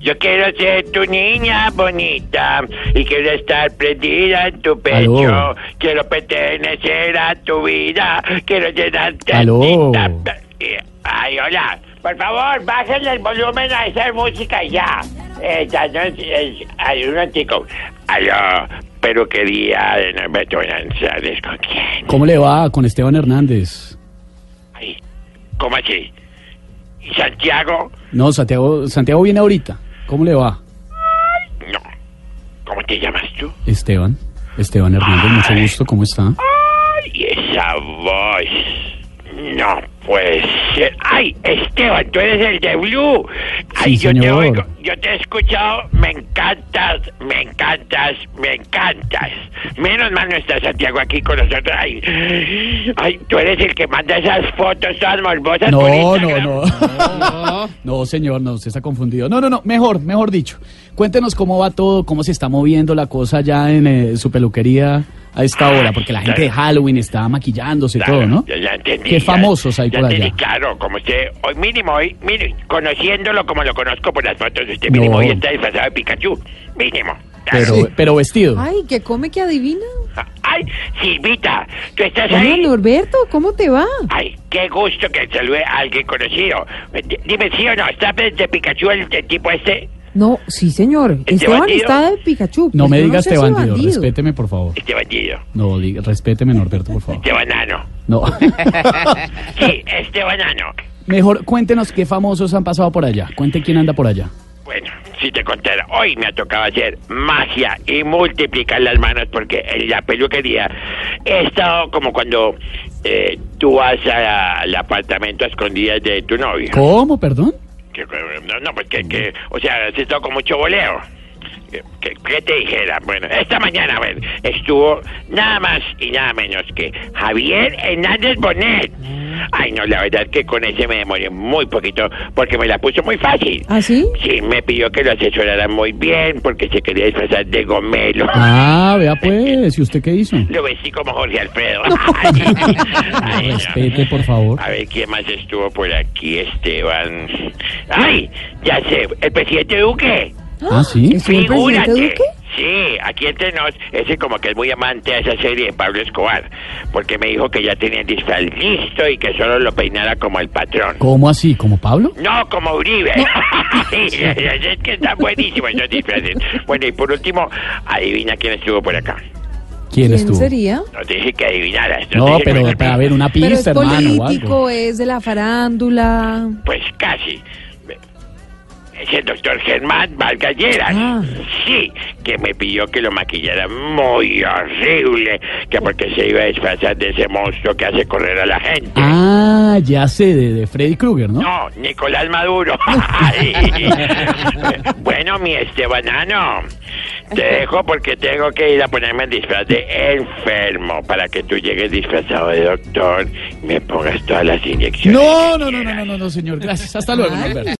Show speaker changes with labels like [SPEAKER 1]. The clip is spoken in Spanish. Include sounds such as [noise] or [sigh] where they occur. [SPEAKER 1] Yo quiero ser tu niña bonita y quiero estar prendida en tu pecho.
[SPEAKER 2] Aló.
[SPEAKER 1] Quiero pertenecer a tu vida. Quiero llenarte.
[SPEAKER 2] Aló.
[SPEAKER 1] Eh, Ay, hola. Por favor, bájenle el volumen a esa música ya. Eh, ya no es, es- ay, un antico. Aló. Pero quería de no me ¿sabes con quién?
[SPEAKER 2] ¿Cómo le va con Esteban Hernández?
[SPEAKER 1] Ay, ¿Cómo así? ¿Y Santiago?
[SPEAKER 2] No, Santiago, Santiago viene ahorita. ¿Cómo le va?
[SPEAKER 1] No. ¿Cómo te llamas tú?
[SPEAKER 2] Esteban. Esteban Hernández, mucho gusto, ¿cómo está?
[SPEAKER 1] Y esa voz. No puede ser. ¡Ay, Esteban, tú eres el de Blue! ¡Ay,
[SPEAKER 2] Sí,
[SPEAKER 1] yo te
[SPEAKER 2] señor.
[SPEAKER 1] oigo! Yo te he escuchado. Me encantas, me encantas, me encantas. Menos mal no está Santiago aquí con nosotros. ¡Ay, ay tú eres el que manda esas fotos todas morbosas! por
[SPEAKER 2] No, no,
[SPEAKER 1] Instagram.
[SPEAKER 2] no. [laughs] No, señor, no, usted está confundido. No, no, no, mejor, mejor dicho. Cuéntenos cómo va todo, cómo se está moviendo la cosa ya en eh, su peluquería a esta hora, porque la gente de Halloween está maquillándose y todo, ¿no?
[SPEAKER 1] Ya, ya entendí,
[SPEAKER 2] Qué
[SPEAKER 1] ya-
[SPEAKER 2] famosos hay
[SPEAKER 1] ya
[SPEAKER 2] por
[SPEAKER 1] entendí,
[SPEAKER 2] allá.
[SPEAKER 1] Claro, como usted, hoy mínimo hoy, mire, conociéndolo como lo conozco por las fotos, usted
[SPEAKER 2] No.
[SPEAKER 1] mínimo hoy está disfrazado de Pikachu, mínimo.
[SPEAKER 2] Pero, pero vestido.
[SPEAKER 3] Ay, que come, que adivina.
[SPEAKER 1] Ay, Silvita, tú estás
[SPEAKER 3] Hola,
[SPEAKER 1] ahí.
[SPEAKER 3] Norberto, ¿cómo te va?
[SPEAKER 1] Ay, qué gusto que salude a alguien conocido. D- Dime sí o no, ¿está de de Pikachu el, el tipo este?
[SPEAKER 3] No, sí, señor.
[SPEAKER 1] ¿Este
[SPEAKER 3] Esteban
[SPEAKER 1] bandido?
[SPEAKER 3] está de Pikachu.
[SPEAKER 2] No
[SPEAKER 3] pues
[SPEAKER 2] me
[SPEAKER 3] yo
[SPEAKER 2] digas
[SPEAKER 3] sé
[SPEAKER 2] este
[SPEAKER 3] si
[SPEAKER 2] bandido, respéteme, por favor.
[SPEAKER 1] Este bandido,
[SPEAKER 2] No, diga- respéteme, Norberto, por favor.
[SPEAKER 1] este banano.
[SPEAKER 2] No.
[SPEAKER 1] [laughs] Sí, este banano.
[SPEAKER 2] Mejor cuéntenos qué famosos han pasado por allá. Cuente quién anda por allá.
[SPEAKER 1] Bueno, si te contara, hoy me ha tocado hacer magia y multiplicar las manos porque en la peluquería he estado como cuando eh, tú vas a- al apartamento a escondidas de tu novio.
[SPEAKER 2] ¿Cómo, perdón?
[SPEAKER 1] Que- que- No, no, pues que, que- o sea, se tocó mucho voleo. Que, que- que te dijera? Bueno, esta mañana, a ver, estuvo nada más y nada menos que Javier Hernández Bonet. Ay, no, la verdad que con ese me demoré muy poquito porque me la puso muy fácil.
[SPEAKER 3] ¿Ah, sí?
[SPEAKER 1] Sí, me pidió que lo asesorara muy bien porque se quería disfrazar de gomelo.
[SPEAKER 2] Ah, vea pues, ¿y usted qué hizo?
[SPEAKER 1] Lo vestí como Jorge Alfredo.
[SPEAKER 2] [laughs]
[SPEAKER 1] Ay, ay, no.
[SPEAKER 2] Respete, por favor.
[SPEAKER 1] A ver, ¿quién más estuvo por aquí, Esteban? ¡Ay! Ya sé, el presidente Duque.
[SPEAKER 2] Ah, sí.
[SPEAKER 3] ¿Estuvo el presidente Duque?
[SPEAKER 1] Sí, aquí entre nos, ese como que es muy amante a esa serie de Pablo Escobar, porque me dijo que ya tenía el disfraz listo y que solo lo peinara como el patrón.
[SPEAKER 2] ¿Cómo así? ¿Como Pablo?
[SPEAKER 1] No, como Uribe. [laughs] Sí, es que está buenísimo esos disfraces. Bueno, y por último, adivina quién estuvo por acá.
[SPEAKER 2] ¿Quién,
[SPEAKER 3] ¿Quién
[SPEAKER 2] estuvo?
[SPEAKER 3] sería?
[SPEAKER 1] No te dije que adivinaras. te
[SPEAKER 2] No,
[SPEAKER 1] dije que
[SPEAKER 2] pero,
[SPEAKER 1] me-
[SPEAKER 2] pero a ver, una
[SPEAKER 3] Pero es
[SPEAKER 2] pista, hermano. o algo.
[SPEAKER 3] político, es de la farándula.
[SPEAKER 1] Pues casi. Es el doctor Germán Valgalleras.
[SPEAKER 3] Ah.
[SPEAKER 1] Sí, que me pidió que lo maquillara muy horrible. Que porque se iba a disfrazar de ese monstruo que hace correr a la gente.
[SPEAKER 2] Ah, ya sé, de, de Freddy Krueger, ¿no?
[SPEAKER 1] No, Nicolás
[SPEAKER 2] [laughs]
[SPEAKER 1] Maduro. Ay. bueno, mi Estebanano, te
[SPEAKER 2] Este.
[SPEAKER 1] dejo porque tengo que ir a ponerme el disfraz de enfermo para que tú llegues disfrazado de doctor y me pongas todas las inyecciones.
[SPEAKER 2] No,
[SPEAKER 1] que
[SPEAKER 2] no, no, no,
[SPEAKER 1] quieras.
[SPEAKER 2] no, no, no, señor. Gracias. Hasta luego, Norberto.